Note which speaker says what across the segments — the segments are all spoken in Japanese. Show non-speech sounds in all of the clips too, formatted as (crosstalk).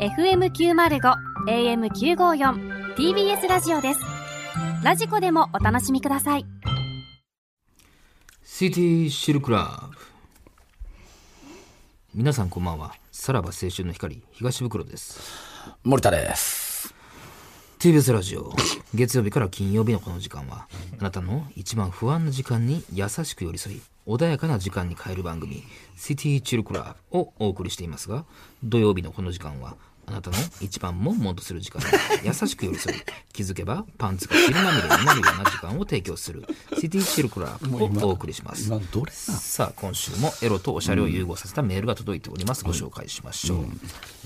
Speaker 1: FM905 AM954 TBS ラジオですラジコでもお楽しみください
Speaker 2: シティシルクラブ皆さんこんばんはさらば青春の光東袋です
Speaker 3: 森田です。
Speaker 2: TBS ラジオ月曜日から金曜日のこの時間はあなたの一番不安な時間に優しく寄り添い穏やかな時間に変える番組「シティチルクラブ」をお送りしていますが土曜日のこの時間はあなたの一番悶々とする時間に優しく寄り添い気づけばパンツが尻まみれになるような時間を提供する「シティチルクラブ」をお送りします
Speaker 3: 今どれな
Speaker 2: さあ今週もエロとおしゃれを融合させたメールが届いております、ご紹介しましょ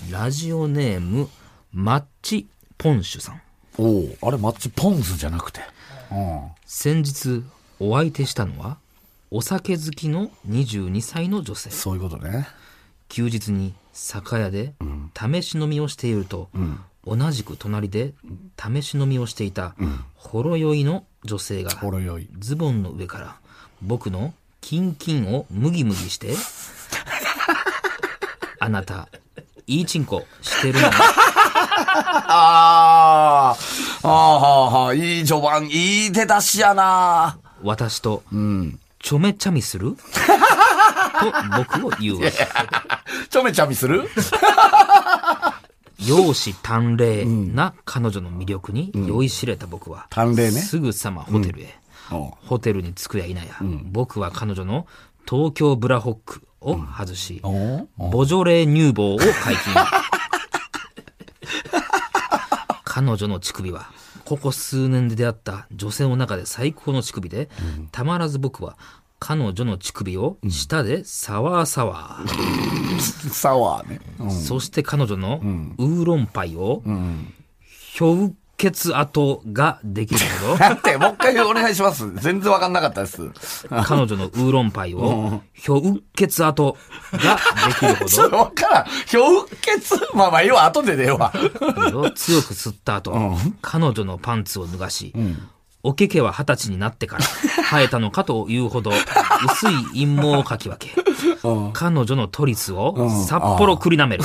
Speaker 2: う、ラジオネームマッチポンシュさん
Speaker 3: おお、あれマッチポンズじゃなくて。
Speaker 2: 先日お相手したのはお酒好きの22歳の女性
Speaker 3: そういうことね。
Speaker 2: 休日に酒屋で試し飲みをしていると、同じく隣で試し飲みをしていたほろ酔いの女性が
Speaker 3: ほろ酔い。
Speaker 2: ズボンの上から僕のキンキンをムギムギ
Speaker 3: (laughs)
Speaker 2: して、あなた、いいチンコしてるの
Speaker 3: ああ、ああ、はあ、いい序盤、いい出だしやな。
Speaker 2: 私と、ちょめちゃみすると僕を言うわけ。
Speaker 3: ちょめちゃみする
Speaker 2: 容姿端麗な彼女の魅力に酔いしれた僕は、
Speaker 3: 端麗ね
Speaker 2: すぐさまホテルへ。
Speaker 3: おう
Speaker 2: ホテルに着くや否や、僕は彼女の東京ブラホックを外し、
Speaker 3: お
Speaker 2: ボジョレー乳房を解禁。彼女の乳首は、ここ数年で出会った女性の中で最高の乳首で、たまらず僕は彼女の乳首を舌でサワーサワー、
Speaker 3: サワーね。
Speaker 2: そして彼女のウーロンパイを、氷結跡ができるほど、
Speaker 3: だって、もう一回お願いします。全然わかんなかったです。
Speaker 2: 彼女のウーロンパイを、氷結跡ができるほ
Speaker 3: ちょっとわからん。氷結まあまあ、要は後ででええわ。
Speaker 2: ど、を強く吸った後、彼女のパンツを脱がし、おけけは二十歳になってから生えたのかというほど、薄い陰謀をかき分け、彼女のトリスを札幌くりなめる。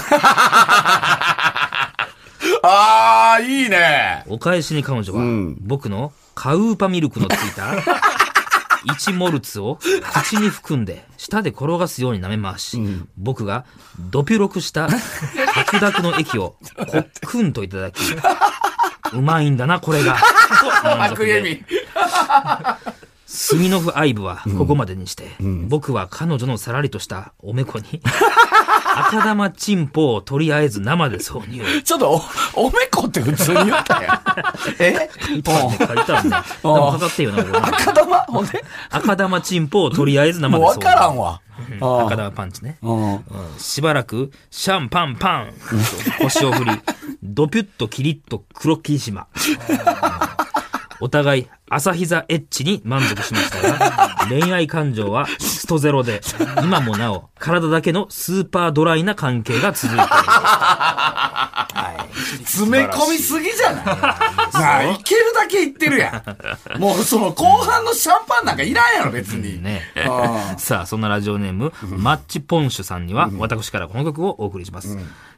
Speaker 3: ああ、いいね。
Speaker 2: お返しに彼女は、僕のカウーパミルクのつい
Speaker 3: (laughs)
Speaker 2: た、1モルツを口に含んで、舌で転がすように舐め回し、僕がドピュロクした白濁の液をコックンといただき、うまいんだな、これが。満足
Speaker 3: 悪
Speaker 2: で
Speaker 3: 意味。
Speaker 2: スミノフ・アイブはここまでにして、僕は彼女のさらりとしたおめこに、赤玉チンポをとりあえず生で挿
Speaker 3: (laughs)
Speaker 2: 入。
Speaker 3: ちょっとお、おめこって普通に言ったやん。 (laughs) え
Speaker 2: 一本で書いたらね、でもかかってるよな、これな
Speaker 3: 赤玉ほんで (laughs)
Speaker 2: 赤玉チンポをとりあえず生
Speaker 3: もう
Speaker 2: で
Speaker 3: わからん
Speaker 2: わ。
Speaker 3: わ。
Speaker 2: うん赤玉パンチね。うんしばらく、シャンパンパンと腰
Speaker 3: (laughs)
Speaker 2: を振り、ドピュッとキリッと黒霧島。 (laughs) お互い、朝膝エッチに満足しましたが、恋愛感情はストゼロで、今もなお、体だけのスーパードライな関係が続いている。
Speaker 3: 詰め込みすぎじゃないなあ、いけるだけ言ってるやん。もうその後半のシャンパンなんかいらんやろ、別に。
Speaker 2: ね
Speaker 3: あ。
Speaker 2: (laughs) さあ、そんなラジオネーム、マッチポンシュさんには、私からこの曲をお送りします。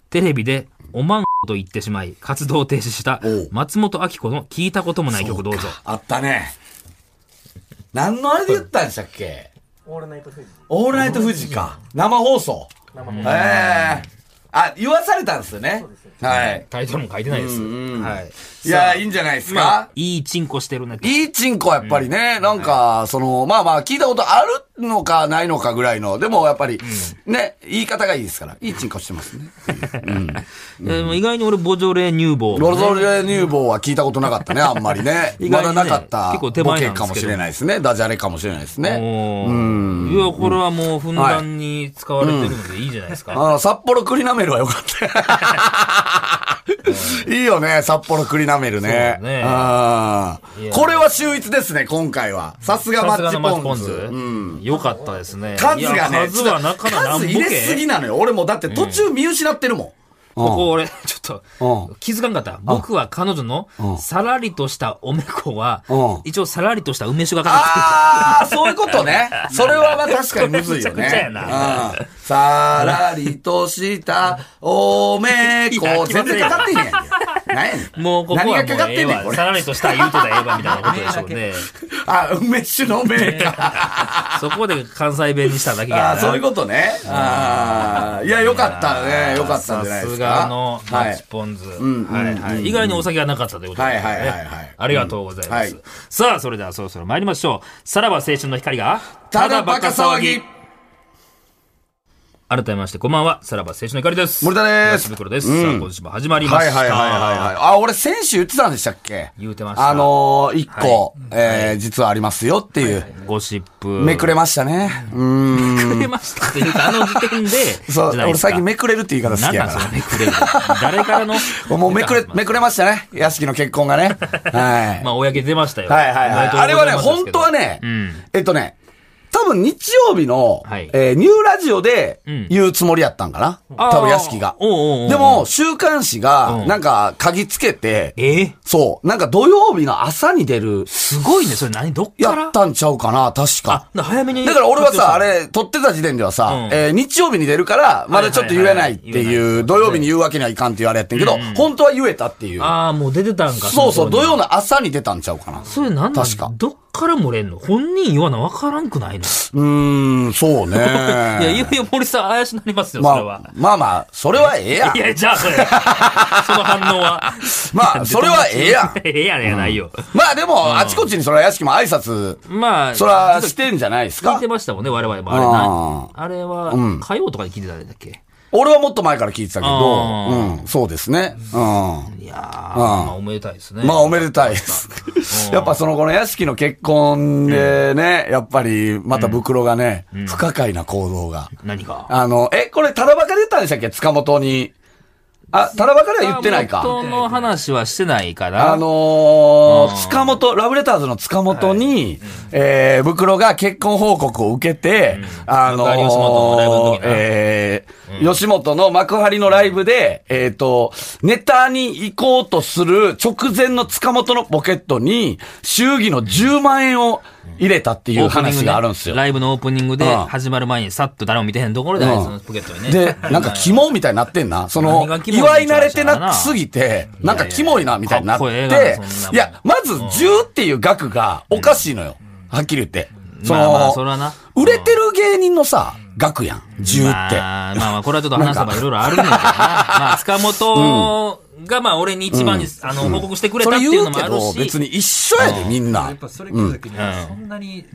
Speaker 2: テレビで、おまんこと言ってしまい、活動を停止した
Speaker 3: おう、
Speaker 2: 松本明子の聞いたこともない曲どうぞ。
Speaker 3: あったね。何のあれで言ったんでしたっけオールナイト富士。オールナイト富士か。生放送。ええ。あ、言わされたんですよね。はい。
Speaker 2: タイトルも書いてないです。はい。
Speaker 3: いや、いいんじゃないですか。
Speaker 2: いいチンコしてるね。
Speaker 3: いいチンコはやっぱりね、なんか、その、まあまあ、聞いたことあるのかないのかぐらいの、でもやっぱり、ね、言い方がいいですから、いいチンコしてますね。
Speaker 2: えーもう意外に俺、ボジョレー乳房。
Speaker 3: ロゾレ乳房は聞いたことなかったね、あんまりね。
Speaker 2: (laughs) 意
Speaker 3: ま
Speaker 2: 外に
Speaker 3: だ
Speaker 2: ね
Speaker 3: なかった、
Speaker 2: 結構手
Speaker 3: ボ
Speaker 2: 前
Speaker 3: ケ
Speaker 2: なんですけど
Speaker 3: かもしれないですね、ダジャレかもしれないですね。
Speaker 2: おーいや、これはもう、ふんだんに使われてるのでいいじゃないですか。
Speaker 3: あの、札幌クリナメルはよか (laughs) った。いいよね、札幌クリナメルね。
Speaker 2: そうね
Speaker 3: あー
Speaker 2: いや
Speaker 3: これは秀逸ですね、今回は。さすが
Speaker 2: さ
Speaker 3: マ
Speaker 2: す
Speaker 3: ッ
Speaker 2: が
Speaker 3: チ
Speaker 2: のマッチ
Speaker 3: ポ
Speaker 2: ポ
Speaker 3: ン
Speaker 2: ン
Speaker 3: ズ。
Speaker 2: ズ。よかったですね。
Speaker 3: 数
Speaker 2: い
Speaker 3: が
Speaker 2: や
Speaker 3: ね、
Speaker 2: 数はなかなか
Speaker 3: 数入れすぎなのよ。俺もだって途中見失ってるもん。
Speaker 2: ここ俺、ちょっ
Speaker 3: う
Speaker 2: と
Speaker 3: ん、
Speaker 2: 気づかんかった。僕は彼女の
Speaker 3: うん、
Speaker 2: さらりとしたおめこは
Speaker 3: うん、
Speaker 2: 一応さらりとした梅酒がかかってる。
Speaker 3: ああ、そういうこと
Speaker 2: (laughs)
Speaker 3: ね。それはまあ確かにむずいよ
Speaker 2: これめちゃくちゃ
Speaker 3: ね
Speaker 2: や。な
Speaker 3: うんさらりとしたおめ
Speaker 2: (laughs) いや
Speaker 3: こ。全然かかってへんやんけ。何やねん。
Speaker 2: もうここはもう
Speaker 3: 何がかかってんね
Speaker 2: ええ
Speaker 3: ん、こ
Speaker 2: わ
Speaker 3: れ
Speaker 2: さ。らりとした言うとだええわみたいなことでしょう
Speaker 3: (laughs)
Speaker 2: ね。
Speaker 3: あ、梅酒のめ
Speaker 2: (laughs)
Speaker 3: か。
Speaker 2: そこで関西弁にしただけ
Speaker 3: あ
Speaker 2: や
Speaker 3: あ、そういう
Speaker 2: な。
Speaker 3: ことね。ああ、いや、よかったね。よかったん
Speaker 2: さ
Speaker 3: じゃないですす
Speaker 2: が
Speaker 3: か。
Speaker 2: のマ
Speaker 3: は
Speaker 2: ッ
Speaker 3: い
Speaker 2: チ。ポン酢。
Speaker 3: ん
Speaker 2: はいは
Speaker 3: うんうん
Speaker 2: い。意外にお酒がなかったということですね。
Speaker 3: はいはいはいはい
Speaker 2: ありがとうございま
Speaker 3: うん
Speaker 2: す
Speaker 3: はい。
Speaker 2: さあ、それではそろそろ参りましょう。さらば青春の光が、
Speaker 3: ただバカ騒ぎ。
Speaker 2: 改めまして、こんばんは。さらば青春の光です。
Speaker 3: 森田です
Speaker 2: 東袋です。
Speaker 3: うん
Speaker 2: さあ、今週も始まりま
Speaker 3: はい
Speaker 2: した。
Speaker 3: はいはいはいはい。あ、俺先週言ってたんでしたっけ
Speaker 2: 言うてました
Speaker 3: あのー、一個、えー、実はありますよっていう。
Speaker 2: ゴシップ。
Speaker 3: めくれましたね。うーん。
Speaker 2: めくれましたっていうか、あの時点で、
Speaker 3: (laughs) そう、
Speaker 2: じゃない
Speaker 3: 俺
Speaker 2: ですか
Speaker 3: 最近めくれるって言い方好
Speaker 2: なん
Speaker 3: きや
Speaker 2: なんそ
Speaker 3: か
Speaker 2: の
Speaker 3: ら。
Speaker 2: めくれるの誰からの
Speaker 3: (laughs) もうめくれ、めくれましたね。屋敷の結婚
Speaker 2: (laughs)
Speaker 3: がね。はい。
Speaker 2: まあ、公に出ましたよ。
Speaker 3: はいはいはい。あれはね、本当は
Speaker 2: ね、
Speaker 3: ね、
Speaker 2: ん
Speaker 3: えっとね、多分日曜日の、
Speaker 2: はい
Speaker 3: えーニューラジオで
Speaker 2: ん
Speaker 3: 言うつもりやったんかな。
Speaker 2: あー
Speaker 3: 多分屋敷が。
Speaker 2: おうおうおう
Speaker 3: でも、週刊誌が
Speaker 2: う、ん
Speaker 3: なんか、鍵つけて、
Speaker 2: えー
Speaker 3: そう、なんか土曜日の朝に出る、
Speaker 2: すごいね。それ何どっから
Speaker 3: やったんちゃうかな、確
Speaker 2: あだ
Speaker 3: か。、
Speaker 2: から早めに。
Speaker 3: だから俺はさ、あ、れ、撮ってた時点ではさ、
Speaker 2: うん
Speaker 3: えー日曜日に出るから、まだちょっと言えないっ
Speaker 2: は
Speaker 3: て
Speaker 2: いはいはい言え
Speaker 3: い
Speaker 2: な
Speaker 3: う、土曜日に言うわけにはいかんって言われやってんけど、本当は言えたっていう。
Speaker 2: ああ、もう出てたんか。
Speaker 3: そうそう、
Speaker 2: の
Speaker 3: 土
Speaker 2: 頃に
Speaker 3: 曜の朝に出たんちゃうかな。
Speaker 2: それなんなん
Speaker 3: 確か
Speaker 2: どっから漏れんの本人言わな分からんくないの
Speaker 3: うーん、そうね。い
Speaker 2: (laughs) いや、いよいよ森さん怪しなりますよ、それ
Speaker 3: ま
Speaker 2: は
Speaker 3: あ。、まあまあ、それはええやん
Speaker 2: い。や、じゃあ
Speaker 3: (laughs)
Speaker 2: それ、その反応は。
Speaker 3: まあ、それはええやん。
Speaker 2: (laughs) ええやねやないよ。
Speaker 3: まあでも、あちこちにそれは屋敷も挨拶、
Speaker 2: まあ、
Speaker 3: それはしてんじゃないです
Speaker 2: 聞い
Speaker 3: か
Speaker 2: て。ましたもんね、我々も。あれな。あれは
Speaker 3: うん、
Speaker 2: 火曜とかで聞いてたんだっけ
Speaker 3: 俺はもっと前から聞いてたけ
Speaker 2: あ
Speaker 3: ど、うん、そうですね。うん。
Speaker 2: いやー、まあおめでたいですね。
Speaker 3: (laughs) まあ、おめでたいです。やっぱその、この屋敷の結婚でね、やっぱり、また袋がね、不可解な行動が。
Speaker 2: 何か。
Speaker 3: あの、え、これ、ただばかで言ったんでしたっけ塚本に。あ、ただばかでは言ってないか。
Speaker 2: 本当の話はしてないかな。
Speaker 3: あのー、塚本、ラブレターズの塚本に、えー、袋が結婚報告を受けて、あの
Speaker 2: 幕張吉本のライブの
Speaker 3: ー
Speaker 2: 時、な
Speaker 3: えー、吉本の幕張のライブで、えっと、ネタに行こうとする直前の塚本のポケットに、祝儀の10万円を入れたっていう
Speaker 2: オープニングね
Speaker 3: 話があるんですよ。
Speaker 2: ライブのオープニングで
Speaker 3: うん
Speaker 2: 始まる前にさっと誰も見てへんところで、
Speaker 3: うん
Speaker 2: あいつのポケットにね。
Speaker 3: で、なんか
Speaker 2: き
Speaker 3: 肝みたいになって
Speaker 2: (laughs)
Speaker 3: んな。その
Speaker 2: 何が、キモい
Speaker 3: 祝い慣れてなくすぎて、なんか肝いなみたいになっ
Speaker 2: かっこええが
Speaker 3: て
Speaker 2: なそんなも、ん
Speaker 3: いや、まず10っていう額がおかしいのよ。はっきり言って。そ
Speaker 2: まあまあそれ
Speaker 3: の
Speaker 2: はな、
Speaker 3: 売れてる芸人のさ、額やん。10って。
Speaker 2: まあまあまあ、これはちょっと話せばいろいろあるんだけどな。まあ、塚本が、まあ、俺に一番に、あの、報告してくれ
Speaker 3: そ
Speaker 2: たっ
Speaker 3: れ
Speaker 2: ていう
Speaker 3: 言
Speaker 2: の
Speaker 3: う
Speaker 2: も
Speaker 3: け
Speaker 2: ある
Speaker 3: ど、
Speaker 2: し。
Speaker 3: 別に一緒やで、みんな
Speaker 4: やっ。ぱそれ聞いた時に、そんなに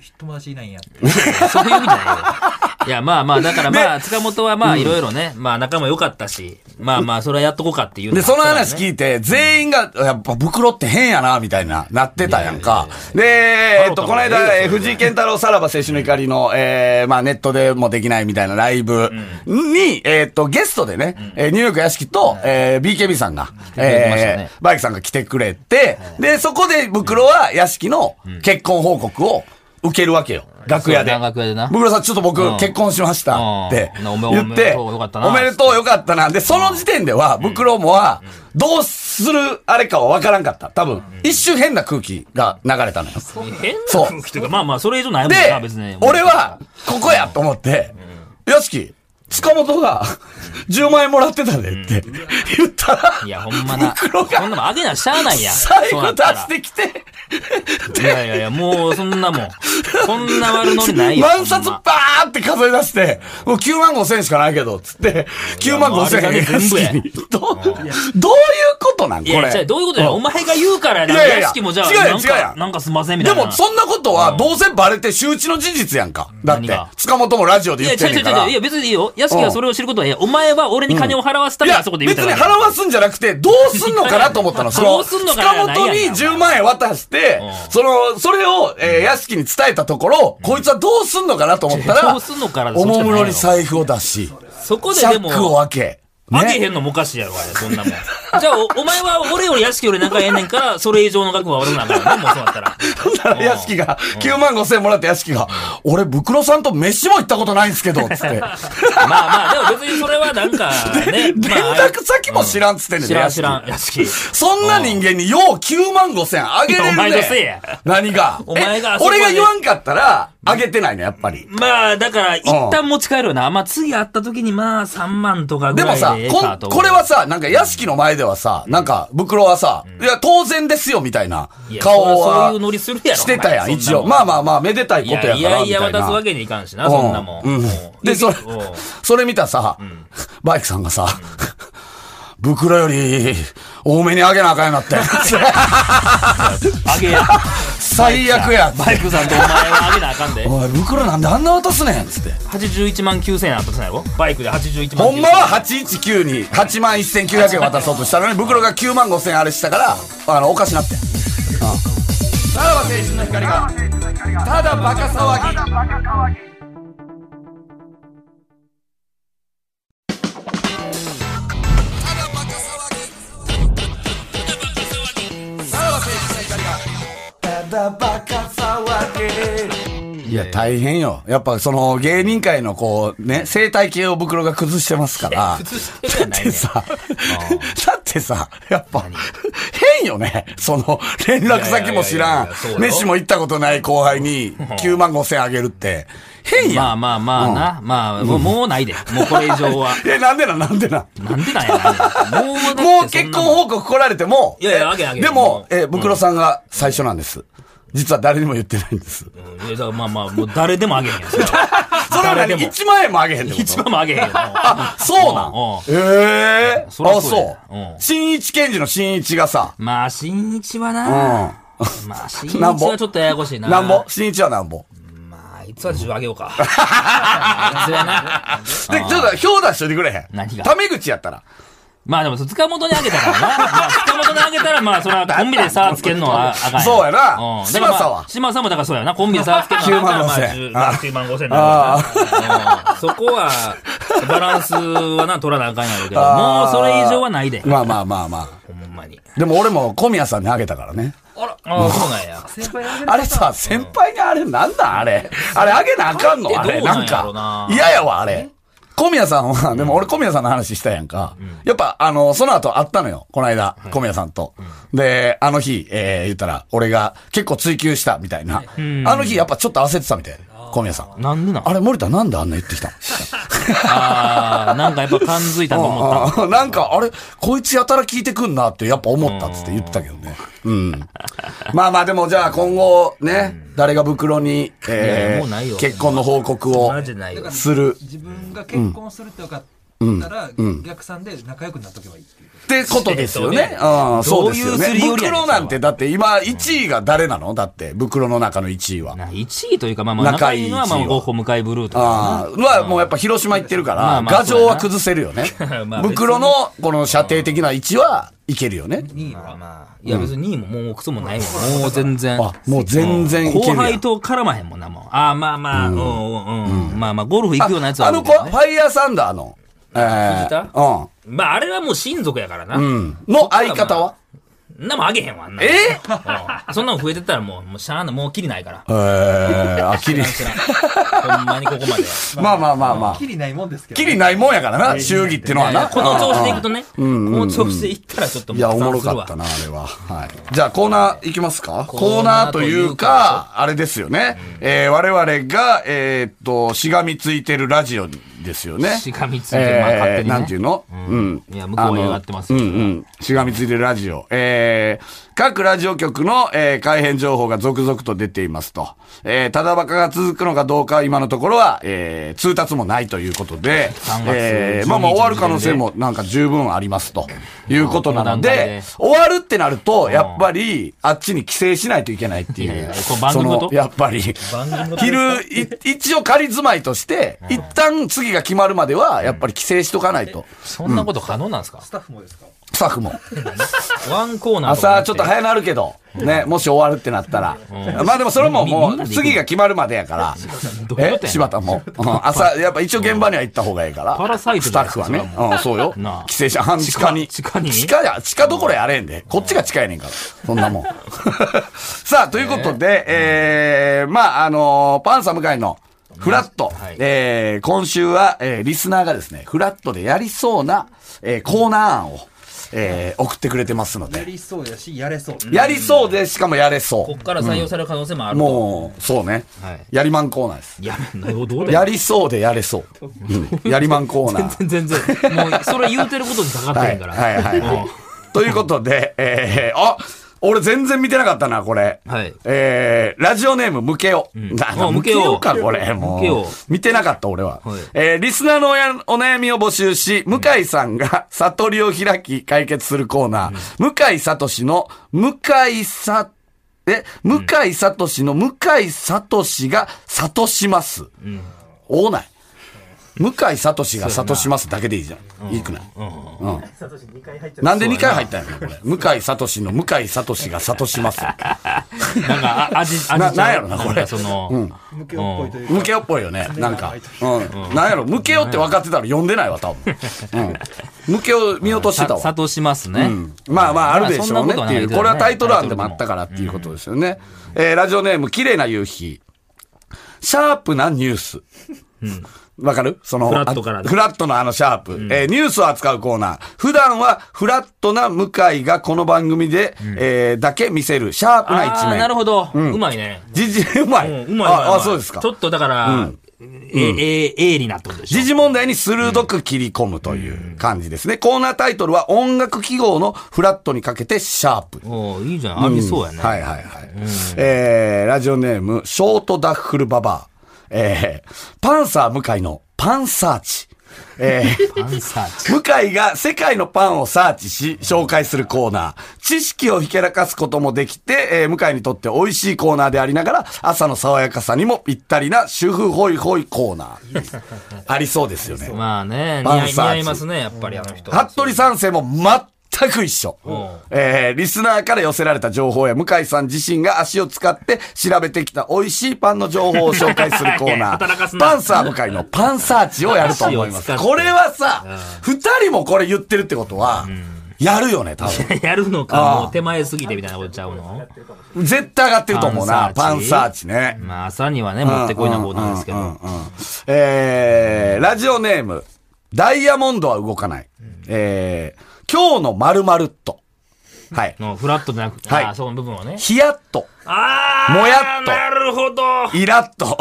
Speaker 4: ひ友達いないんやって。
Speaker 2: そういう意味じゃないよ。いや、まあまあ、だから
Speaker 3: (laughs)
Speaker 2: まあ、塚本はまあ、いろいろね、まあ、仲も良かったし、まあまあ、それはやっとこうかっていう
Speaker 3: で、その話
Speaker 2: い
Speaker 3: 聞いて、全員が、やっぱ袋って変やな、みたいな、なってたやんか。で、えっと、この間、えー藤井健太郎さらば青春の怒りの、えーまあ、ネットでもできないみたいなライブに、えっと、ゲストでね、えーニューヨーク屋敷と、えー BKB さんが、
Speaker 2: れてましたね
Speaker 3: えーバイクさんが来てくれて、で、そこで袋は屋敷の結婚報告を受けるわけよ。楽屋で。
Speaker 2: そう楽屋でな
Speaker 3: 袋さん、ちょっと僕、
Speaker 2: うん
Speaker 3: 結婚しましたって
Speaker 2: うんおめ
Speaker 3: 言って、
Speaker 2: おめでとうよかったな
Speaker 3: おめでとうよかったな。で、その時点では、ブクロモは、どうするあれかは分からんかった。多分、一瞬変な空気が流れたのよ。
Speaker 2: 変な空気というか、まあまあ、それ以上ないもんな、別に
Speaker 3: で。、俺は、ここやと思って、よしき、塚本が、10万円もらってたでって、言ったら、
Speaker 2: いや、ほんまな。
Speaker 3: ブクロ
Speaker 2: こん
Speaker 3: が、
Speaker 2: なもんあげなしゃあないやん。
Speaker 3: 最
Speaker 2: そうなっ
Speaker 3: 後出
Speaker 2: たら
Speaker 3: してきて、
Speaker 2: いやいやいや、もうそんなもん。こんな悪ノリない
Speaker 3: (laughs)
Speaker 2: よ。
Speaker 3: 万冊バーって数え出して、もう9万5千しかないけど、つって、9万5千円
Speaker 2: もうあれだけ全部や
Speaker 3: 屋敷にどう、どういうことなん
Speaker 2: い
Speaker 3: こ
Speaker 2: や、
Speaker 3: れ。
Speaker 2: じゃあどういうことや、お前が言うからやな、
Speaker 3: いやいやいや
Speaker 2: 屋敷もじゃあ、
Speaker 3: 違うやん
Speaker 2: なん
Speaker 3: 違うや
Speaker 2: か、
Speaker 3: ん
Speaker 2: なんかすんませんみた
Speaker 3: で
Speaker 2: いな。
Speaker 3: も、そんなことは、どうせバレて周知の事実やんか。だっ
Speaker 2: 何
Speaker 3: て
Speaker 2: が、
Speaker 3: 塚本もラジオで
Speaker 2: い
Speaker 3: 言
Speaker 2: や、
Speaker 3: ってん
Speaker 2: 違う
Speaker 3: ね
Speaker 2: 違う
Speaker 3: んか
Speaker 2: 違
Speaker 3: ら。
Speaker 2: う。いや、別にいいよ。屋敷がそれを知ることは、いや、お前は俺に金を払わすた
Speaker 3: い
Speaker 2: めに
Speaker 3: や
Speaker 2: あそこ、で言う
Speaker 3: 別
Speaker 2: た
Speaker 3: に
Speaker 2: だけ
Speaker 3: 払わすんじゃなくて、どうすんのかなと思ったの。そ
Speaker 2: ど
Speaker 3: の、
Speaker 2: う
Speaker 3: 塚
Speaker 2: すんのかな
Speaker 3: 本に
Speaker 2: なんや
Speaker 3: 10万円渡して
Speaker 2: う、ん
Speaker 3: その、それを、えー、屋敷に伝えたところ、こいつはどうすんのかなと思ったら
Speaker 2: どうすんのかな、って
Speaker 3: お
Speaker 2: そっちじゃ
Speaker 3: も
Speaker 2: ない
Speaker 3: む
Speaker 2: の
Speaker 3: ろに財布を出し、
Speaker 2: そこで
Speaker 3: シャ
Speaker 2: でも、
Speaker 3: ックを開け、
Speaker 2: あげへんのもおかしいやろ、あれ、そんなもん。じゃあ、おお前は俺より屋敷より仲ええねんから、それ以上の額は俺もなんからね、もうそうだったら。
Speaker 3: だから屋敷が、9万5千円もらって屋敷が、俺、ブクロさんと飯も行ったことないんですけど、
Speaker 2: (laughs)
Speaker 3: つ (laughs) って。
Speaker 2: まあまあ、でも別にそれはなん
Speaker 3: (laughs)
Speaker 2: かね。
Speaker 3: 連
Speaker 2: まあ
Speaker 3: 絡先も知らんっつってんねん
Speaker 2: 知らん知ら
Speaker 3: ん。
Speaker 2: ん、屋敷。
Speaker 3: そんな人間によう9万5千あげれるね。
Speaker 2: お前のせいや
Speaker 3: 何が。
Speaker 2: お前が
Speaker 3: え
Speaker 2: あそこで
Speaker 3: 俺が言わんかったら、あげてないの、やっぱり。
Speaker 2: まあ、だから、一旦持ち帰るよな。まあ、次会った時に、まあ、3万とかぐ
Speaker 3: で
Speaker 2: ら
Speaker 3: も
Speaker 2: い
Speaker 3: さ
Speaker 2: でええ
Speaker 3: こ
Speaker 2: か
Speaker 3: ん、
Speaker 2: と。
Speaker 3: これは、さ、なんか屋敷の前ではさ、なんか、袋はさ、いや、当然ですよ、みたいない
Speaker 2: や
Speaker 3: 顔
Speaker 2: そりゃ
Speaker 3: は
Speaker 2: そういうノリするやろ
Speaker 3: してたや
Speaker 2: お
Speaker 3: ん、
Speaker 2: 前
Speaker 3: 一
Speaker 2: そんな
Speaker 3: 応。
Speaker 2: もん
Speaker 3: まあまあまあ、めでたい
Speaker 2: い
Speaker 3: ことや
Speaker 2: や
Speaker 3: から。
Speaker 2: いやいや、
Speaker 3: み
Speaker 2: 渡
Speaker 3: たな
Speaker 2: すわけにいかんしな、そんなもん。
Speaker 3: うん
Speaker 2: う
Speaker 3: うんんでそれ
Speaker 2: うん
Speaker 3: それ見たさ、バイクさんがさ、袋より多めにあげなあかんようにな (laughs) って。
Speaker 2: あげや。
Speaker 3: 最悪や。
Speaker 2: バイクさんとお前はあげなあかんで。
Speaker 3: おい、袋なんであんな渡すねんつって。
Speaker 2: 81万9000円あったじゃないろバイクで81万
Speaker 3: ほ
Speaker 2: 9000円。
Speaker 3: んまは819に8万1900円渡そうとしたのに、袋が9万5000円あれしたから、あの、おかしなってん。うんさらば青春の光が、ただバカ騒ぎ。いや、大変よ。やっぱその芸人界のこうね、生態系を袋が崩してますか
Speaker 2: (laughs)
Speaker 3: ら。
Speaker 2: 崩してるや
Speaker 3: だ
Speaker 2: な
Speaker 3: っ
Speaker 2: い
Speaker 3: て
Speaker 2: ね
Speaker 3: さ、だってさ、やっぱ、変よね。その、連絡先も知ら
Speaker 2: いやいやいやい
Speaker 3: ん
Speaker 2: やそう。よ
Speaker 3: 飯も行ったことない後輩に9万5千あげるって。変やん。。
Speaker 2: まあまあまあな。まあ、もうもうないで。もうこれ以上は (laughs)
Speaker 3: え、なんでなんなんでなん
Speaker 2: なんでなんやな。もうだってそんな
Speaker 3: も
Speaker 2: も
Speaker 3: うん結婚報告来られても。
Speaker 2: いやいやあげあげ
Speaker 3: でも、
Speaker 2: う
Speaker 3: え、ブクロさんが最初なんです。実は誰にも言ってないんです。
Speaker 2: うんいやだからまあまあ、もう誰でもあげへんよ。それ
Speaker 3: (laughs)
Speaker 2: は
Speaker 3: それは
Speaker 2: 誰
Speaker 3: 何
Speaker 2: でも。
Speaker 3: ?1 万円もあげへんってこと
Speaker 2: 一番もあげへんよ。
Speaker 3: あ、そうなんええ
Speaker 2: そり
Speaker 3: あ、
Speaker 2: ゃそう
Speaker 3: そ
Speaker 2: やう
Speaker 3: う。
Speaker 2: ん
Speaker 3: 新一検事の新一がさ、
Speaker 2: まあ、新一は
Speaker 3: うん。
Speaker 2: な。まあ、新一
Speaker 3: なんぼ
Speaker 2: はちょっとややこしいな。
Speaker 3: なんぼ新一はなんぼ。
Speaker 2: まあ、あいつは10あげよう
Speaker 3: (laughs)
Speaker 2: か。あいつはな。
Speaker 3: で、ちょっと表出しといてくれへん。
Speaker 2: 何が
Speaker 3: タメ口やったら。
Speaker 2: まあでも、塚本にあげた
Speaker 3: (laughs)
Speaker 2: からな。まあ、塚本にあげたら、まあ、それはコンビで差つけるのはあかんん。
Speaker 3: そうや
Speaker 2: だか
Speaker 3: な
Speaker 2: らまあ
Speaker 3: 嶋佐は
Speaker 2: 嶋佐もだからそうやな。コンビで差つけるのは
Speaker 3: (laughs)
Speaker 2: あかんから
Speaker 3: 9
Speaker 2: まあ、
Speaker 3: 万
Speaker 2: 10まあ9万5千なうんそこは、バランスはな、取らなあかんやろうけど、も
Speaker 3: あ
Speaker 2: う
Speaker 3: ー
Speaker 2: それ以上はないで。
Speaker 3: まあまあまあま
Speaker 2: ほんまに。
Speaker 3: あ。でも俺も小宮さんにあげたからね。
Speaker 2: ああ、そうなんや。
Speaker 3: あれさ、先輩にあれなんだあれ。あれあげなあかんのあれ。
Speaker 2: どうな
Speaker 3: なんん
Speaker 2: やろな
Speaker 3: か。嫌やわ、あれ。小宮さんは、でも俺小宮さんの話したやんか。やっぱ、あの、その後会ったのよ。この間、小宮さんと。で、あの日、えー、言ったら、俺が結構追求したみたいな。あの日、やっぱちょっと焦ってたみたい。小宮さん。
Speaker 2: なんでなん
Speaker 3: あれ、森田なんであんな言ってきたの
Speaker 2: ああ、なんかやっぱ感づいたと思った。
Speaker 3: うんうん (laughs) なんか、あれ、こいつやたら聞いてくんなって、やっぱ思ったっつって言ってたけどね。うん。 (laughs) まあまあ、でもじゃあ今後、ね、誰が袋に、
Speaker 2: いや
Speaker 3: え
Speaker 2: もうない
Speaker 3: ー、
Speaker 2: よ
Speaker 3: 結婚の報告を
Speaker 2: マジでないよ。
Speaker 3: する。
Speaker 4: 自分が結婚するって分かったら、逆算で仲良くなっとけばいいっていう。
Speaker 3: ってことですよね。
Speaker 2: え
Speaker 3: うん、そう
Speaker 2: ど
Speaker 3: で
Speaker 2: うい
Speaker 3: すよ
Speaker 2: うすり
Speaker 3: ね。
Speaker 2: 寄りやねん
Speaker 3: 袋なんて、だって今、1位が誰なのだって、袋の中の1位は。
Speaker 2: な1位というか、まあまあ、
Speaker 3: 仲
Speaker 2: 仲
Speaker 3: いい
Speaker 2: いいのは、ま
Speaker 3: 一
Speaker 2: あ、
Speaker 3: 位は
Speaker 2: ゴッホ向かいブルーとか。
Speaker 3: ああ、は、もうやっぱ広島行ってるか
Speaker 2: ま
Speaker 3: ら、
Speaker 2: あまあ
Speaker 3: 牙城は崩せるよね
Speaker 2: (laughs) まあ。別に
Speaker 3: 袋の、この射程的な位置はいけるよね。
Speaker 4: 2位
Speaker 2: まあ
Speaker 4: は、
Speaker 2: まあ、いや別に2位ももうクソもないもん。もう全然。
Speaker 3: あ、もう全然いける
Speaker 2: 後
Speaker 3: やん。
Speaker 2: 輩と絡まへんもんな、もう。ああ、まあまあ、うんうんうん。まあまあ、ゴルフ行くようなやつは
Speaker 3: あ
Speaker 2: ある
Speaker 3: の
Speaker 2: け
Speaker 3: 子
Speaker 2: ど
Speaker 3: は
Speaker 2: ね
Speaker 3: ファイヤーサンダーの。え
Speaker 2: 藤田
Speaker 3: ー、
Speaker 2: まあ、あれはもう親族やからな。
Speaker 3: うん。うん。の相方は
Speaker 2: なんもあげへんわ、あんなの。
Speaker 3: え
Speaker 2: うんそんなの増えてったらもう、もうしゃあない、もうきりないから。
Speaker 3: えー、あ、きり。
Speaker 2: 知らん。ほんまにここまで。
Speaker 3: (laughs) まあまあまあまあ
Speaker 4: き。りないもんですけど。
Speaker 3: きりないもんやからな、祝儀ってのはい
Speaker 2: や
Speaker 3: な。
Speaker 2: この調子でいくと
Speaker 3: ね。
Speaker 2: ね、この調子でいったらちょっと
Speaker 3: いや、お
Speaker 2: 破
Speaker 3: も
Speaker 2: 産
Speaker 3: ろ
Speaker 2: する
Speaker 3: か
Speaker 2: わ
Speaker 3: ったな、あれは。はい。じゃあ、コーナーいきますかコ
Speaker 2: コ
Speaker 3: ー
Speaker 2: ー
Speaker 3: ナ
Speaker 2: ナ
Speaker 3: ー
Speaker 2: ー
Speaker 3: と
Speaker 2: と
Speaker 3: い
Speaker 2: いう
Speaker 3: うか、あれですよね。えー、我々が、えーっと、しがみついてるラジオですよね。
Speaker 2: しがみついてるまあ勝手にね
Speaker 3: なんていうのうん。
Speaker 2: いや向こうは嫌がってます
Speaker 3: あ
Speaker 2: よ
Speaker 3: のうんうん。しがみついてるラジオ。えー、各ラジオ局の、えー、改編情報が続々と出ていますと。えー、ただバカが続くのかどうかは今のところは、えー、通達もないということで
Speaker 2: 3、月
Speaker 3: えー、
Speaker 2: 12
Speaker 3: まあまあ
Speaker 2: 日
Speaker 3: 終わる可能性もなんか十分ありますということなの
Speaker 2: この段階
Speaker 3: で
Speaker 2: で、
Speaker 3: 終わるってなると、やっぱり、あっちに帰省しないといけないってい。
Speaker 2: いやいうやこれ番組ごと
Speaker 3: そのやっぱり、
Speaker 2: 番組ごと
Speaker 3: 昼、い一応仮住まいとして、一旦次が決まるまでは、やっぱり帰省しとかないと。
Speaker 2: そんなこと可能なんですか
Speaker 4: スタッフもですか
Speaker 3: スタッフも。
Speaker 2: ワンコーナーとかなく
Speaker 3: 朝ち
Speaker 2: て
Speaker 3: ょっと早なるけど、ね、もし終わるってなったら。まあでもそれももう、次が決まるまでやから。
Speaker 2: どういう
Speaker 3: え
Speaker 2: ことやねん
Speaker 3: 柴田も。うん朝、やっぱ一応現場には行った方がいいから。
Speaker 2: パラサイトじ
Speaker 3: ス
Speaker 2: ゃ
Speaker 3: タ
Speaker 2: な
Speaker 3: ッ
Speaker 2: い
Speaker 3: フはね。うん、そうよ
Speaker 2: なあ。
Speaker 3: 帰省者半地下に。
Speaker 2: 地下に
Speaker 3: 地下や、地下どころやれんで。こっちが近いねんから。そん
Speaker 2: (laughs)
Speaker 3: なもん。さあ、ということで、えー、まあ、あのー、パンサム会の、フラット、
Speaker 2: はい
Speaker 3: えー、今週は、えー、リスナーがですね、フラットでやりそうな、えー、コーナー案を、えー、送ってくれてますの
Speaker 4: や
Speaker 3: で、
Speaker 4: りそうやし、やれそう。
Speaker 3: やりそうで、しかもやれそう。
Speaker 2: こっから採用される可能性もあると。
Speaker 3: もう、そうね、
Speaker 2: はい
Speaker 3: やりまんコーナーです。
Speaker 2: やめんなよ、どうだ
Speaker 3: や
Speaker 2: よ。
Speaker 3: りそうでやれそう。うんやりまんコーナー。
Speaker 2: 全然、全然。もう、それ言うてることにかかって
Speaker 3: は
Speaker 2: へ
Speaker 3: い、
Speaker 2: んから。
Speaker 3: はい、はいはい。ということで、えー、あ俺全然見てなかったな、これ。
Speaker 2: はい
Speaker 3: えー、ラジオネーム、ムケオ。な
Speaker 2: あムケオ
Speaker 3: か、これ。も
Speaker 2: ムケオ
Speaker 3: う。見てなかった、俺は。
Speaker 2: はい
Speaker 3: えー、リスナーのおやお悩みを募集し、向井さんが (laughs) 悟りを開き解決するコーナー、向井聡の、向井さ、え、向井聡の向井聡が悟します。おない。向井聡が悟しますだけでいいじゃん。いいくないうん。なんで2回入ったんやろこれ。向井聡の向井聡が悟します。
Speaker 2: なんか、あ味、味ちゃう
Speaker 3: ななんやろなこれ
Speaker 2: んかその、
Speaker 4: 向けっぽいというか。
Speaker 3: 向けよっぽいよね。なんか。うん。なんやろ、向けよって分かってたら読んでないわ、多分。うん。向けを見落としてたわ。
Speaker 2: さ諭しますね。
Speaker 3: うんまあまあ、あるでしょ
Speaker 2: まあそんな
Speaker 3: うねって
Speaker 2: ことはない
Speaker 3: い
Speaker 2: け
Speaker 3: う。
Speaker 2: どね
Speaker 3: これはタイトル案でもあったからっていうことですよね。えーラジオネーム、綺麗な夕日。シャープなニュース。わかるその、
Speaker 2: フラットから
Speaker 3: あフラットのあのシャープ、えーニュースを扱うコーナー。普段はフラットな向井がこの番組で、えーだけ見せるシャープな一
Speaker 2: ああ、
Speaker 3: 面。
Speaker 2: なるほど。うまいね。
Speaker 3: じじ、うまい。
Speaker 2: うんうまい。
Speaker 3: あ
Speaker 2: まい
Speaker 3: あ、そうですか
Speaker 2: ちょ。っとだから、え、え、鋭利なってことでしょ
Speaker 3: 時。事問題に鋭く切り込むという感じですね。コーナータイトルは音楽記号のフラットにかけてシャープ。
Speaker 2: おーいいじゃん。ありそうやね。
Speaker 3: はいはいはい。えー、ラジオネーム、ショートダッフルババア。えー、パンサー向井のパンサーチ。え
Speaker 2: (laughs)
Speaker 3: ー、
Speaker 2: パンサーチ。
Speaker 3: 向井が世界のパンをサーチし、紹介するコーナー。知識をひけらかすこともできて、えー向井にとって美味しいコーナーでありながら、朝の爽やかさにもぴったりな主婦ホイホイコーナー。
Speaker 2: (laughs)
Speaker 3: ありそうですよね。
Speaker 2: まあね、似
Speaker 3: パ
Speaker 2: 合い
Speaker 3: ンサ
Speaker 2: 似
Speaker 3: ーチ
Speaker 2: 合いますね、やっぱりあの人。
Speaker 3: 服部三世も全く一緒
Speaker 2: ん。
Speaker 3: えー、リスナーから寄せられた情報や向井さん自身が足を使って調べてきた美味しいパンの情報を紹介するコーナ
Speaker 2: (laughs) 働かす
Speaker 3: ー。
Speaker 2: な
Speaker 3: パンサー向井のパンサーチをやると思いま
Speaker 2: 足を使
Speaker 3: す。
Speaker 2: って
Speaker 3: これはさ、二人もこれ言ってるってことは、やるよね、多
Speaker 2: (laughs) (laughs)
Speaker 3: 分。
Speaker 2: やるのか、
Speaker 3: あー
Speaker 2: もう手前すぎてみたいなことちゃうの
Speaker 3: 絶対上がってると思うな、パ
Speaker 2: パ
Speaker 3: ン
Speaker 2: ン
Speaker 3: サ
Speaker 2: サ
Speaker 3: ー
Speaker 2: ーチ
Speaker 3: チね。
Speaker 2: まあ朝にはね、もってこいなことなんですけ
Speaker 3: うんうん
Speaker 2: ど。
Speaker 3: うんうんえー、ラジオネーム、ダイヤモンドは動かない。えー、今日の〇〇っと。はい。
Speaker 2: のフラットじゃなくて、
Speaker 3: はい
Speaker 2: あーそこの部分はね。
Speaker 3: ヒヤッと、
Speaker 2: ああ
Speaker 3: もやっと
Speaker 2: なるほど
Speaker 3: イラッと。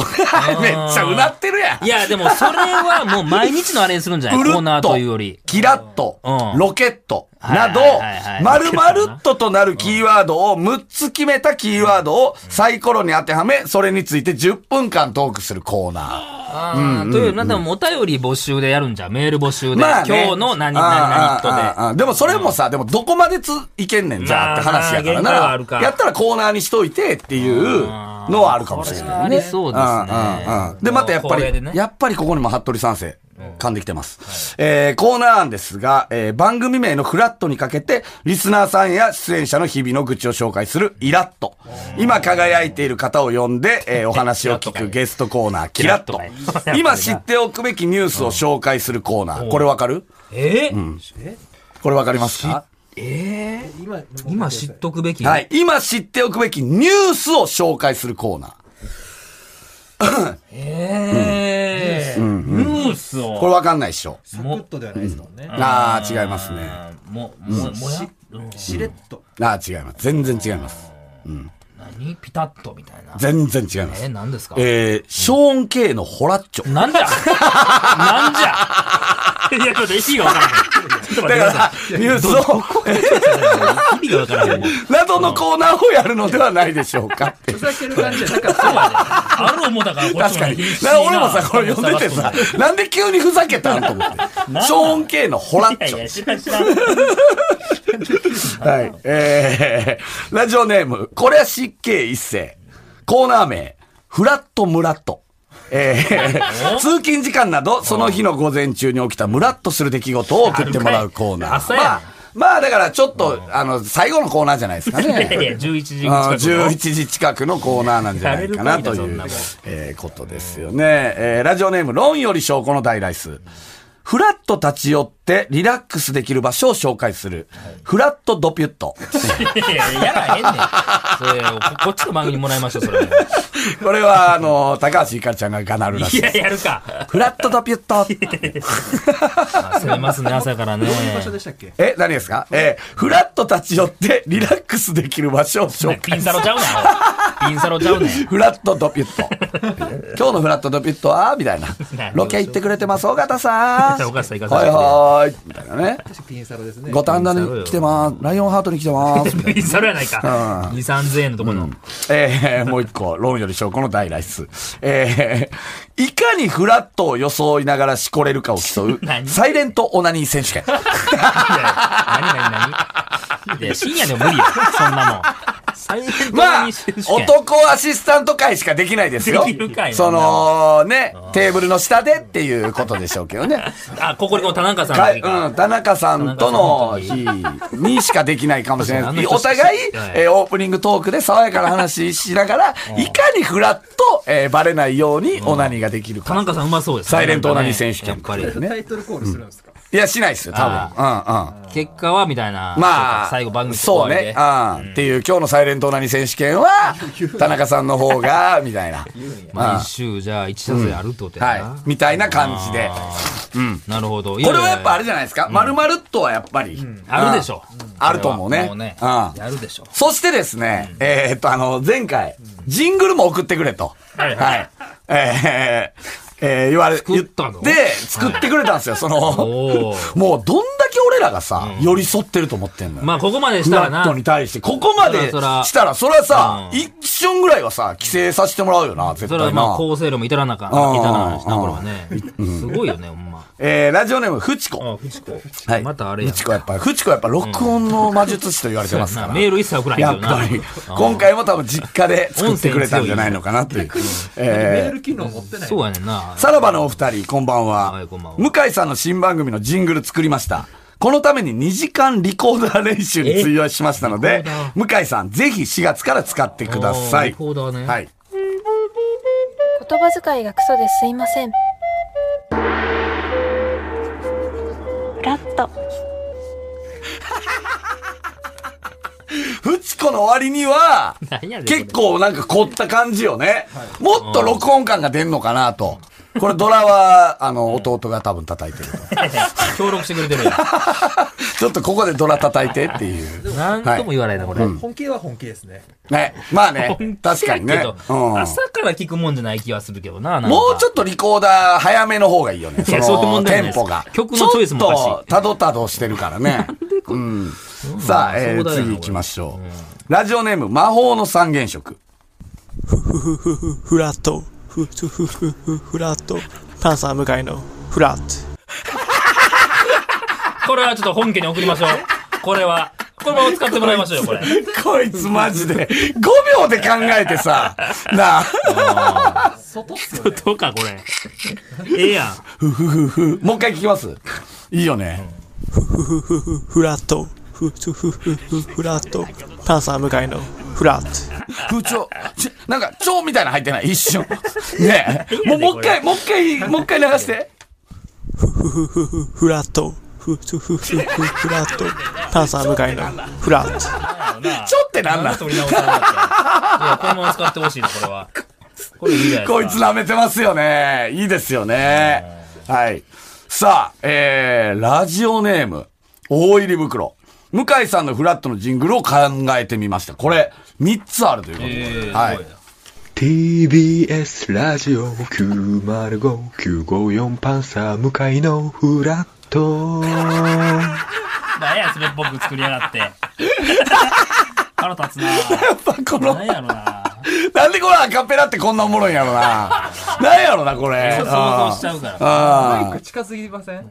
Speaker 3: めっちゃうなってるやん。
Speaker 2: いや、でもそれはもう毎日のあれにするんじゃな
Speaker 3: う
Speaker 2: い
Speaker 3: る
Speaker 2: コーナ
Speaker 3: っ
Speaker 2: ーと
Speaker 3: と
Speaker 2: いうより。、
Speaker 3: キラッと
Speaker 2: う、ん
Speaker 3: ロケット
Speaker 2: はい
Speaker 3: など
Speaker 2: はいはいは、い
Speaker 3: ま
Speaker 2: (laughs)
Speaker 3: るまるっととなるキーワードを6つ決めたキーワードをサイコロに当てはめ、それについて10分間トークするコーナー。
Speaker 2: ああ、という、なんだもお便り募集でやるんじゃん。メール募集で。
Speaker 3: まあね、
Speaker 2: 今日の何、何、
Speaker 3: あ
Speaker 2: 何
Speaker 3: ー
Speaker 2: と
Speaker 3: あー
Speaker 2: で。
Speaker 3: あーでもそれもさ、でもどこまでついけんねんじゃあって話やか
Speaker 2: まあまあ
Speaker 3: ら
Speaker 2: 限界はある
Speaker 3: な。
Speaker 2: か
Speaker 3: やったらコーナーにしといてっていうのはあるかもしれない。
Speaker 2: ありそうです
Speaker 3: うんうん
Speaker 2: ね
Speaker 3: う。んで、またやっぱ
Speaker 2: これで
Speaker 3: り、
Speaker 2: ね
Speaker 3: やっぱりここにも服部三世、噛んできてます。えー、コーナー案ですが、えー、番組名のフラットにかけて、リスナーさんや出演者の日々の愚痴を紹介するイラッと。今輝いている方を呼んで、
Speaker 2: (laughs)
Speaker 3: えー、お話を聞くゲストコーナー、キラッと
Speaker 2: キラッと。ね
Speaker 3: 今知っておくべきニュースを紹介するコーナー。これわかる
Speaker 2: えー
Speaker 3: これわかりますか
Speaker 2: えー
Speaker 4: 今、
Speaker 2: 今知っとくべき
Speaker 3: はい。今知っておくべきニュースを紹介するコーナー。
Speaker 2: えーニュース
Speaker 3: これ
Speaker 2: を。
Speaker 3: わかんないでしょ。
Speaker 4: サクッとではないですもんね。
Speaker 3: あー、違いますね。
Speaker 2: あーも、も、もやうん
Speaker 4: しれっと。
Speaker 3: あー、違います。全然違います。
Speaker 2: 何ピタッとみたいな。
Speaker 3: 全然違いま
Speaker 2: えー、
Speaker 3: す。
Speaker 2: 何ですか
Speaker 3: えー、ショーン・ケイのホラッチョ。
Speaker 2: なん (laughs) じゃなんじゃいや、ちょっと意味がわからない。ちょっと待
Speaker 3: だ
Speaker 2: ってく
Speaker 3: か
Speaker 2: ださ
Speaker 3: ら、ニュースを、
Speaker 2: い。意味がわからない。もう
Speaker 3: などのコーナーをやるのではないでしょうか。
Speaker 4: ふざける感じじゃなかっ
Speaker 2: そう
Speaker 4: た。
Speaker 2: やで。ある思ったから、こっ
Speaker 3: 確
Speaker 2: ち
Speaker 3: か
Speaker 2: も
Speaker 3: に
Speaker 2: 必。死
Speaker 3: な
Speaker 2: な
Speaker 3: 俺もさ、これ読んでてさ、なんで急にふざけたんと思って。ショーン・ケイのホラ
Speaker 2: い
Speaker 3: ッ
Speaker 2: やい
Speaker 3: チョ
Speaker 2: や、。知らん知らん。う
Speaker 3: はい。えー、ラジオネーム、これは失敬一世。コーナー名、フラットムラット。えー、通勤時間など、その日の午前中に起きたムラッとする出来事を送ってもらうコーナー。
Speaker 2: 朝やん
Speaker 3: まあまあだからちょっと、あの、最後のコーナーじゃないですかね。
Speaker 2: い (laughs) やいや11時近くの
Speaker 3: あの11時近くのコーナーなんじゃないかな
Speaker 2: やれるか
Speaker 3: と
Speaker 2: いなそ
Speaker 3: い
Speaker 2: んな
Speaker 3: う
Speaker 2: もん、
Speaker 3: えーことですよね。えーラジオネーム、論より証拠の大ライス。フラッと立ち寄ってリラックスできる場所を紹介する。フラットドピュット。 (laughs)
Speaker 2: いや、やらへんねん。それこ、こっちの番組もらいましょう、そ
Speaker 3: (laughs)
Speaker 2: れも。
Speaker 3: これは、あの、高橋ひかるちゃんががなるらしい
Speaker 2: い
Speaker 3: で
Speaker 2: や、
Speaker 3: す。
Speaker 2: やるか。
Speaker 3: フラットドピュット。
Speaker 2: 攻めますね、朝から
Speaker 3: (laughs)
Speaker 2: ね。
Speaker 4: 場所でしたっけ
Speaker 3: え、何ですかえーフラッと立ち寄ってリラックスできる場所を紹
Speaker 2: ピ
Speaker 3: 介
Speaker 2: ン
Speaker 3: す
Speaker 2: サ
Speaker 3: る
Speaker 2: ロ。ちゃうな。ピンサロちゃうねん。
Speaker 3: (laughs) フラットドピュット。
Speaker 2: (laughs)
Speaker 3: 今日のフラットドピュットはみたいな。ロケ行ってくれてます、尾形さ
Speaker 2: (laughs)
Speaker 3: ん。
Speaker 2: 尾形さん行か
Speaker 3: は
Speaker 2: せ
Speaker 3: い
Speaker 2: て
Speaker 3: はーい。みたいなね。
Speaker 4: 私ピンサロですね
Speaker 3: 五反田に来てます。ライオンハートに来
Speaker 2: (laughs)
Speaker 3: てます。みたいな
Speaker 2: ピンサロやないか。2、3000円のとこの。
Speaker 3: えーもう一個、論より証拠の大ライス。えーいかにフラットを装いながらしこれるかを競う
Speaker 2: 何、
Speaker 3: サイレントオナニー選
Speaker 2: (laughs)
Speaker 3: 手権。
Speaker 2: 何何何いや、深夜でも無理よ。そんなもん。最年
Speaker 3: まあ
Speaker 2: にしてる、しか
Speaker 3: 男アシスタント会しかできないですよ
Speaker 2: できるか。い
Speaker 3: そのね、テーブルの下でっていうことでしょうけどね。
Speaker 2: あ、ここにこの田中さんの
Speaker 3: か
Speaker 2: 時か
Speaker 3: うん、田中さんとの日にしかできないかもしれな
Speaker 2: そうで
Speaker 3: い。
Speaker 2: すね
Speaker 3: お互い
Speaker 2: はい、
Speaker 3: えーオープニングトークで爽やかな話しながら、いかにフラッと、えーバレないようにオナニーができる
Speaker 2: 田
Speaker 3: か。
Speaker 2: 中さんうまそうですね。
Speaker 3: サイレントオナニー選手権
Speaker 2: やっぱり。
Speaker 4: タイトルコールするんですか
Speaker 3: いや、しないですよ、多分。うんうん。
Speaker 2: 結果はみたいな。
Speaker 3: まあ、
Speaker 2: 最後番組
Speaker 3: そうね。
Speaker 2: あ
Speaker 3: うん。っていう、今日のサイレントオナニー選手権は、田中さんの方が、みたいな。
Speaker 2: 毎週、じゃあ、1射数あるってことやな
Speaker 3: は。い。みたいな感じで。
Speaker 2: なるほど。こ
Speaker 3: これはやっぱあれじゃないですか。丸々とはやっぱり。
Speaker 2: あるでしょ
Speaker 3: うん。あると思うね
Speaker 2: もうね。
Speaker 3: うん
Speaker 2: やるでしょ。
Speaker 3: そしてですね、えーっと、あの、前回、ジングルも送ってくれと。
Speaker 2: はい
Speaker 3: はい。えーえー言われ、
Speaker 2: 作ったの
Speaker 3: 言で、作ってくれたんですよ、その、
Speaker 2: おー
Speaker 3: もうどんだけ俺らがさ、寄り添ってると思ってんのよ。
Speaker 2: まあ、ここまでし
Speaker 3: フ
Speaker 2: たら
Speaker 3: ラ
Speaker 2: な
Speaker 3: ット。に対して、ここまで
Speaker 2: そらそら
Speaker 3: したら、それはさ、
Speaker 2: うん
Speaker 3: 一瞬ぐらいはさ、規制させてもらうよな、絶
Speaker 2: それは
Speaker 3: 対
Speaker 2: まあ、
Speaker 3: な。
Speaker 2: 厚生労も至らなか
Speaker 3: うん
Speaker 2: ん。至らないしな、これはね。すごいよね、ほんま。
Speaker 3: えー、ラジオネーム、フチコ。
Speaker 2: あ、フチコ。
Speaker 3: はい。
Speaker 2: またあれや
Speaker 3: フチコやっぱ、フチコやっぱ録音の魔術師と言われてますから。
Speaker 2: メール一切送らへん
Speaker 3: や
Speaker 2: け
Speaker 3: っ
Speaker 2: どな
Speaker 3: ぱ。り、 (laughs) 今回も多分実家で作ってくれたんじゃないのかなという。
Speaker 4: メ
Speaker 3: え
Speaker 4: ール機能持ってない
Speaker 2: そうやねんな
Speaker 3: ー。さらばのお二人、こんばんは。
Speaker 2: はいこんばんは
Speaker 3: 向井さんの新番組のジングル作りました。このために2時間リコーダー練習に費やしましたの
Speaker 2: えリ
Speaker 3: で
Speaker 2: コーダ、
Speaker 3: 向井さん、ぜひ4月から使ってくださ
Speaker 2: あー
Speaker 3: い。
Speaker 2: リコーダーね
Speaker 3: はい。
Speaker 5: 言葉遣いがクソですいませんフラット
Speaker 3: フチコの終わりには、
Speaker 2: (laughs) 何やねんこれ
Speaker 3: 結構なんか凝った感じよね。もっと録音感が出んのかなと。これドラは、あの、弟が多分叩いてると。 (laughs)
Speaker 2: 協力してくれてるや
Speaker 3: ちょっとここでドラ叩いてっていう。
Speaker 2: ん。なんとも言わないな、これ。
Speaker 4: 本気は本気ですね
Speaker 3: ね。まあね。確かに
Speaker 2: け
Speaker 3: ね。
Speaker 2: ど
Speaker 3: うん
Speaker 2: 朝から聞くもんじゃない気はするけどな、
Speaker 3: もうちょ
Speaker 2: っ
Speaker 3: っとリコーダー早めの方がいいよね。
Speaker 2: い
Speaker 3: そ
Speaker 2: やそういう
Speaker 3: の
Speaker 2: 問題
Speaker 3: テ
Speaker 2: ないで
Speaker 3: ン
Speaker 2: す
Speaker 3: ポが。
Speaker 2: 曲のチョイスもおかしい
Speaker 3: ちょっとたどたどしてるからね。うんさあ、えー次行きましょう。ラジオネーム、魔法の三原色。
Speaker 6: フラット、フ、フ、フ、フ、フ、フラット、パンサー向かいのフラット。
Speaker 2: と。これはちょっと本家に送りましょう。これは。これも使ってもらいまし (laughs) ょうよ、これ。
Speaker 3: こいつマジで、5秒で考え
Speaker 2: (laughs)
Speaker 3: てさ、なあ、
Speaker 2: どうか、これ。ええやん。
Speaker 3: もう一回聞きますいいよね。
Speaker 6: フ、フ、フ、フラット、フ、フ、フ、フ、フ、フラット、パンサー向かいのフラット。
Speaker 3: 風潮。ちなんか、蝶みたいなの入ってない一瞬。ねえ。もう、もう一回、もう一回、もう一回流して。
Speaker 6: フ、フ、フ、フ、フラット、フ、フ、フ、フ、フ、フラット、パンサー向かいのフラット。
Speaker 3: ちょってなんなん
Speaker 2: で取り直さなかったいや、このまま使ってほしいな、これは。これいいじゃないですか。
Speaker 3: こいつ舐めてますよね。いいですよね。はい。さあ、えー、ラジオネーム、大入り袋。向井さんのフラットのジングルを考えてみました。これ、3つあるということで。
Speaker 2: えー
Speaker 3: はい
Speaker 2: すごいな
Speaker 7: TBS ラジオ905954パンサー向かいのフラット
Speaker 2: 何や、それっぽく作りやがって。腹立つ
Speaker 3: (laughs)
Speaker 2: な。
Speaker 3: この、
Speaker 2: 何やろな。
Speaker 3: なんでこのアカペラってこんなおもろいんやろな。なんやろな、これ。
Speaker 2: そう想像しちゃうから。
Speaker 3: あ
Speaker 4: マイク近すぎません
Speaker 3: ー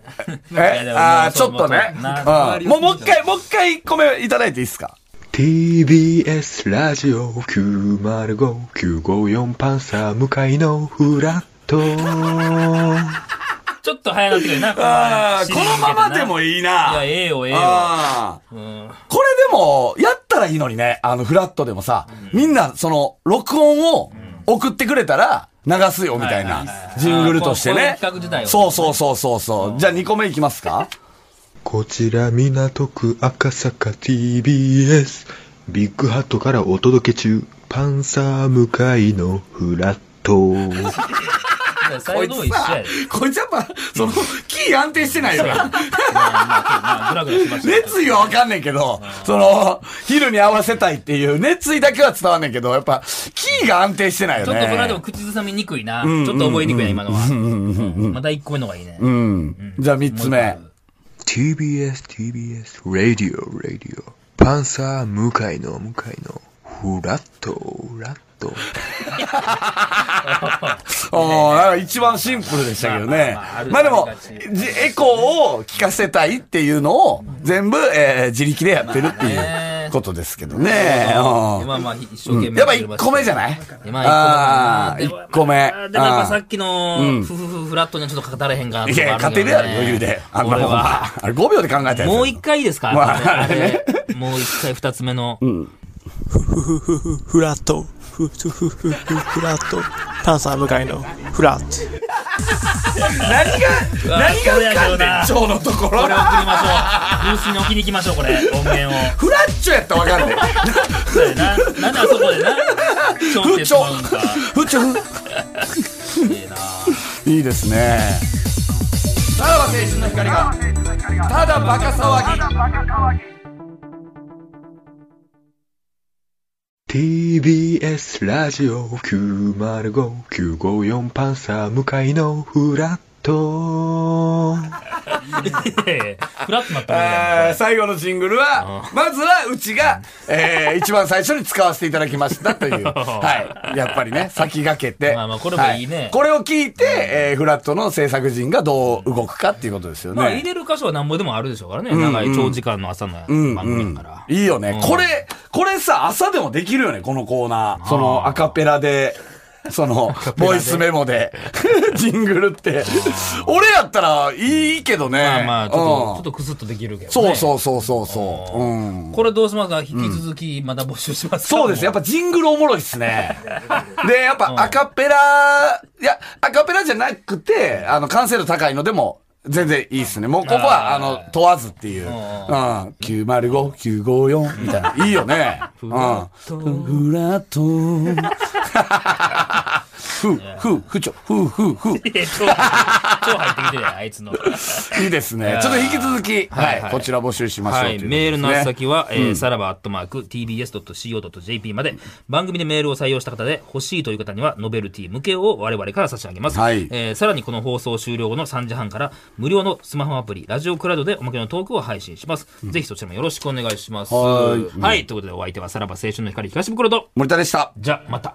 Speaker 3: え、あーちょっとね。
Speaker 2: な
Speaker 3: うんもう、もう一回、もう一回、米いただいていいですか
Speaker 7: TBS ラジオ905954パンサー向かいのフラット
Speaker 2: ちょっと早なってくるな、こ
Speaker 3: あーこのままでも
Speaker 2: いい。
Speaker 3: いい
Speaker 2: いや、
Speaker 3: な。
Speaker 2: ええよ、ええよ。
Speaker 3: あー
Speaker 2: うん。
Speaker 3: これでも、やったらいいのにね。あの、フラットでもさ、みんな、その、録音を送ってくれたら、流すよ、みたい
Speaker 2: はい
Speaker 3: な
Speaker 2: はいは。い
Speaker 3: ジングルとしてね
Speaker 2: あーこうこういう企画自体。を
Speaker 3: そうそうそうそうそう。じゃあ2個目いきま
Speaker 2: (laughs)
Speaker 3: すか
Speaker 7: こちら港区赤坂 TBS ビッグハットからお届け中パンサー向かいのフラット
Speaker 2: 最後も一緒やで。
Speaker 3: こいつやっぱ、その、キー安定してないよな。
Speaker 2: まあまあまあ、ぐらぐらしましたけど。
Speaker 3: 熱意はわかんねんけど、その、昼に合わせたいっていう熱意だけは伝わんねんけど、やっぱ、キーが安定してないよ
Speaker 2: ちょ
Speaker 3: ね。
Speaker 2: っとこれはでも口ずさみにくいな。ちょっと覚えにくいな、今のは。また一個目の方がいいね。
Speaker 3: うん。じゃあ3つ目。
Speaker 7: TBS TBS Radio Radio パンサー向かいの向かいのフラットフラット
Speaker 3: おーなんか一番シンプルでしたけどね
Speaker 2: まあまあまああ。る
Speaker 3: まあでも
Speaker 2: ありがち、
Speaker 3: じエコーを聞かせたいっていうのを全部、えー自力でやってるって
Speaker 2: まあ
Speaker 3: い
Speaker 2: ね
Speaker 3: うことですけどね。うん
Speaker 2: まあまあ、一生懸命。
Speaker 3: やっぱ1個目じゃない
Speaker 2: まあ、一個目
Speaker 3: あー一個目
Speaker 2: でもやっぱさっき
Speaker 3: うん
Speaker 2: の、ふふふフラットにはちょっと語れへんかなと
Speaker 3: い
Speaker 2: かあ
Speaker 3: や、
Speaker 2: る
Speaker 3: 勝
Speaker 2: け
Speaker 3: て
Speaker 2: ど
Speaker 3: る
Speaker 2: ね
Speaker 3: やろ、余裕で。あんな
Speaker 2: 俺
Speaker 3: もん。
Speaker 2: は。
Speaker 3: あれ5秒で考えたやつ。
Speaker 2: もう一回いいですか
Speaker 3: まあ
Speaker 2: やっぱね
Speaker 3: あれね
Speaker 2: あれもう一回二つ目の。
Speaker 6: ふふふフラットふふふふフラットパンサー向かいのフラット
Speaker 3: 何が、
Speaker 2: わ
Speaker 3: 何が浮か
Speaker 2: そ
Speaker 3: ん
Speaker 2: うや
Speaker 3: でん、蝶のところ
Speaker 2: こ。れ送りましょう。ブースに置きに行きましょう、これ。音源を。
Speaker 3: フラッチョやったらわかんねえ。
Speaker 2: そうやな。なんであそこで
Speaker 3: (laughs)
Speaker 2: な。ちょんって言ってしまうんか。
Speaker 3: フチョ
Speaker 2: ええない
Speaker 3: (laughs) いですね。さらば青春の光が、ただバカ騒ぎ。
Speaker 7: TBS ラジオ905954パンサー向かいのフラット
Speaker 2: いやいやフラットなったもん
Speaker 3: えー
Speaker 2: だ
Speaker 3: 最後のジングルは、まずはうちが、えー一番最初に使わせていただきましたと (laughs) いう。はい。やっぱりね、先駆けて。
Speaker 2: まあまあこれもいいね
Speaker 3: はこれを聞いて、えーフラットの制作陣がどう動くかっていうことですよね。
Speaker 2: まあ入れる箇所は何ぼでもあるでしょうからね。長い長時間の朝の
Speaker 3: うん、
Speaker 2: 番組だから。
Speaker 3: いいよね。
Speaker 2: うん
Speaker 3: これ、これさ、朝でもできるよね、このコーナー。その、アカペラで、その、ボイスメモで、 (laughs) ジングルって。俺やったらいいけどね。
Speaker 2: まあまあ、ちょっと、ちょ
Speaker 3: うん
Speaker 2: っとクスッとできるけどね。
Speaker 3: そうそうそうそうそう。うん。
Speaker 2: これどうしますか引き続きまだ募集しますか
Speaker 3: そうです。やっ
Speaker 2: ぱ。
Speaker 3: ぱジングルおもろいっ
Speaker 2: (laughs)
Speaker 3: すね。で、やっぱアカペラ、いや、アカペラじゃなくて、あの、完成度高いのでも、全然いいっすね。もうここは、あ
Speaker 2: あー
Speaker 3: の、問わずっていう。うん。
Speaker 2: ん
Speaker 3: 905、954みたいな。いい
Speaker 2: (laughs)
Speaker 3: よね。うん。ふらっと。ふ、ふ、ふちょ、ふ、ふ、ふ。
Speaker 2: えっと、超入ってきてるやん、あいつの。
Speaker 3: いいですね。ちょっと引き続き、
Speaker 2: はい
Speaker 3: はい、こちら募集しましょう
Speaker 2: は
Speaker 3: とい
Speaker 2: い。
Speaker 3: うことですね。
Speaker 2: メールの宛先は、えーさらばアットマーク tbs.co.jp まで、番組でメールを採用した方で欲しいという方には、ノベルティ向けを我々から差し上げます。
Speaker 3: はい
Speaker 2: えーさらにこの放送終了後の3時半から、無料のスマホアプリ、ラジオクラウドでおまけのトークを配信します。ぜひそちらもよろしくお願いします。
Speaker 3: はーい
Speaker 2: はい。ということで、お相手はさらば青春の光東袋と、
Speaker 3: 森田でした。
Speaker 2: じゃ、また。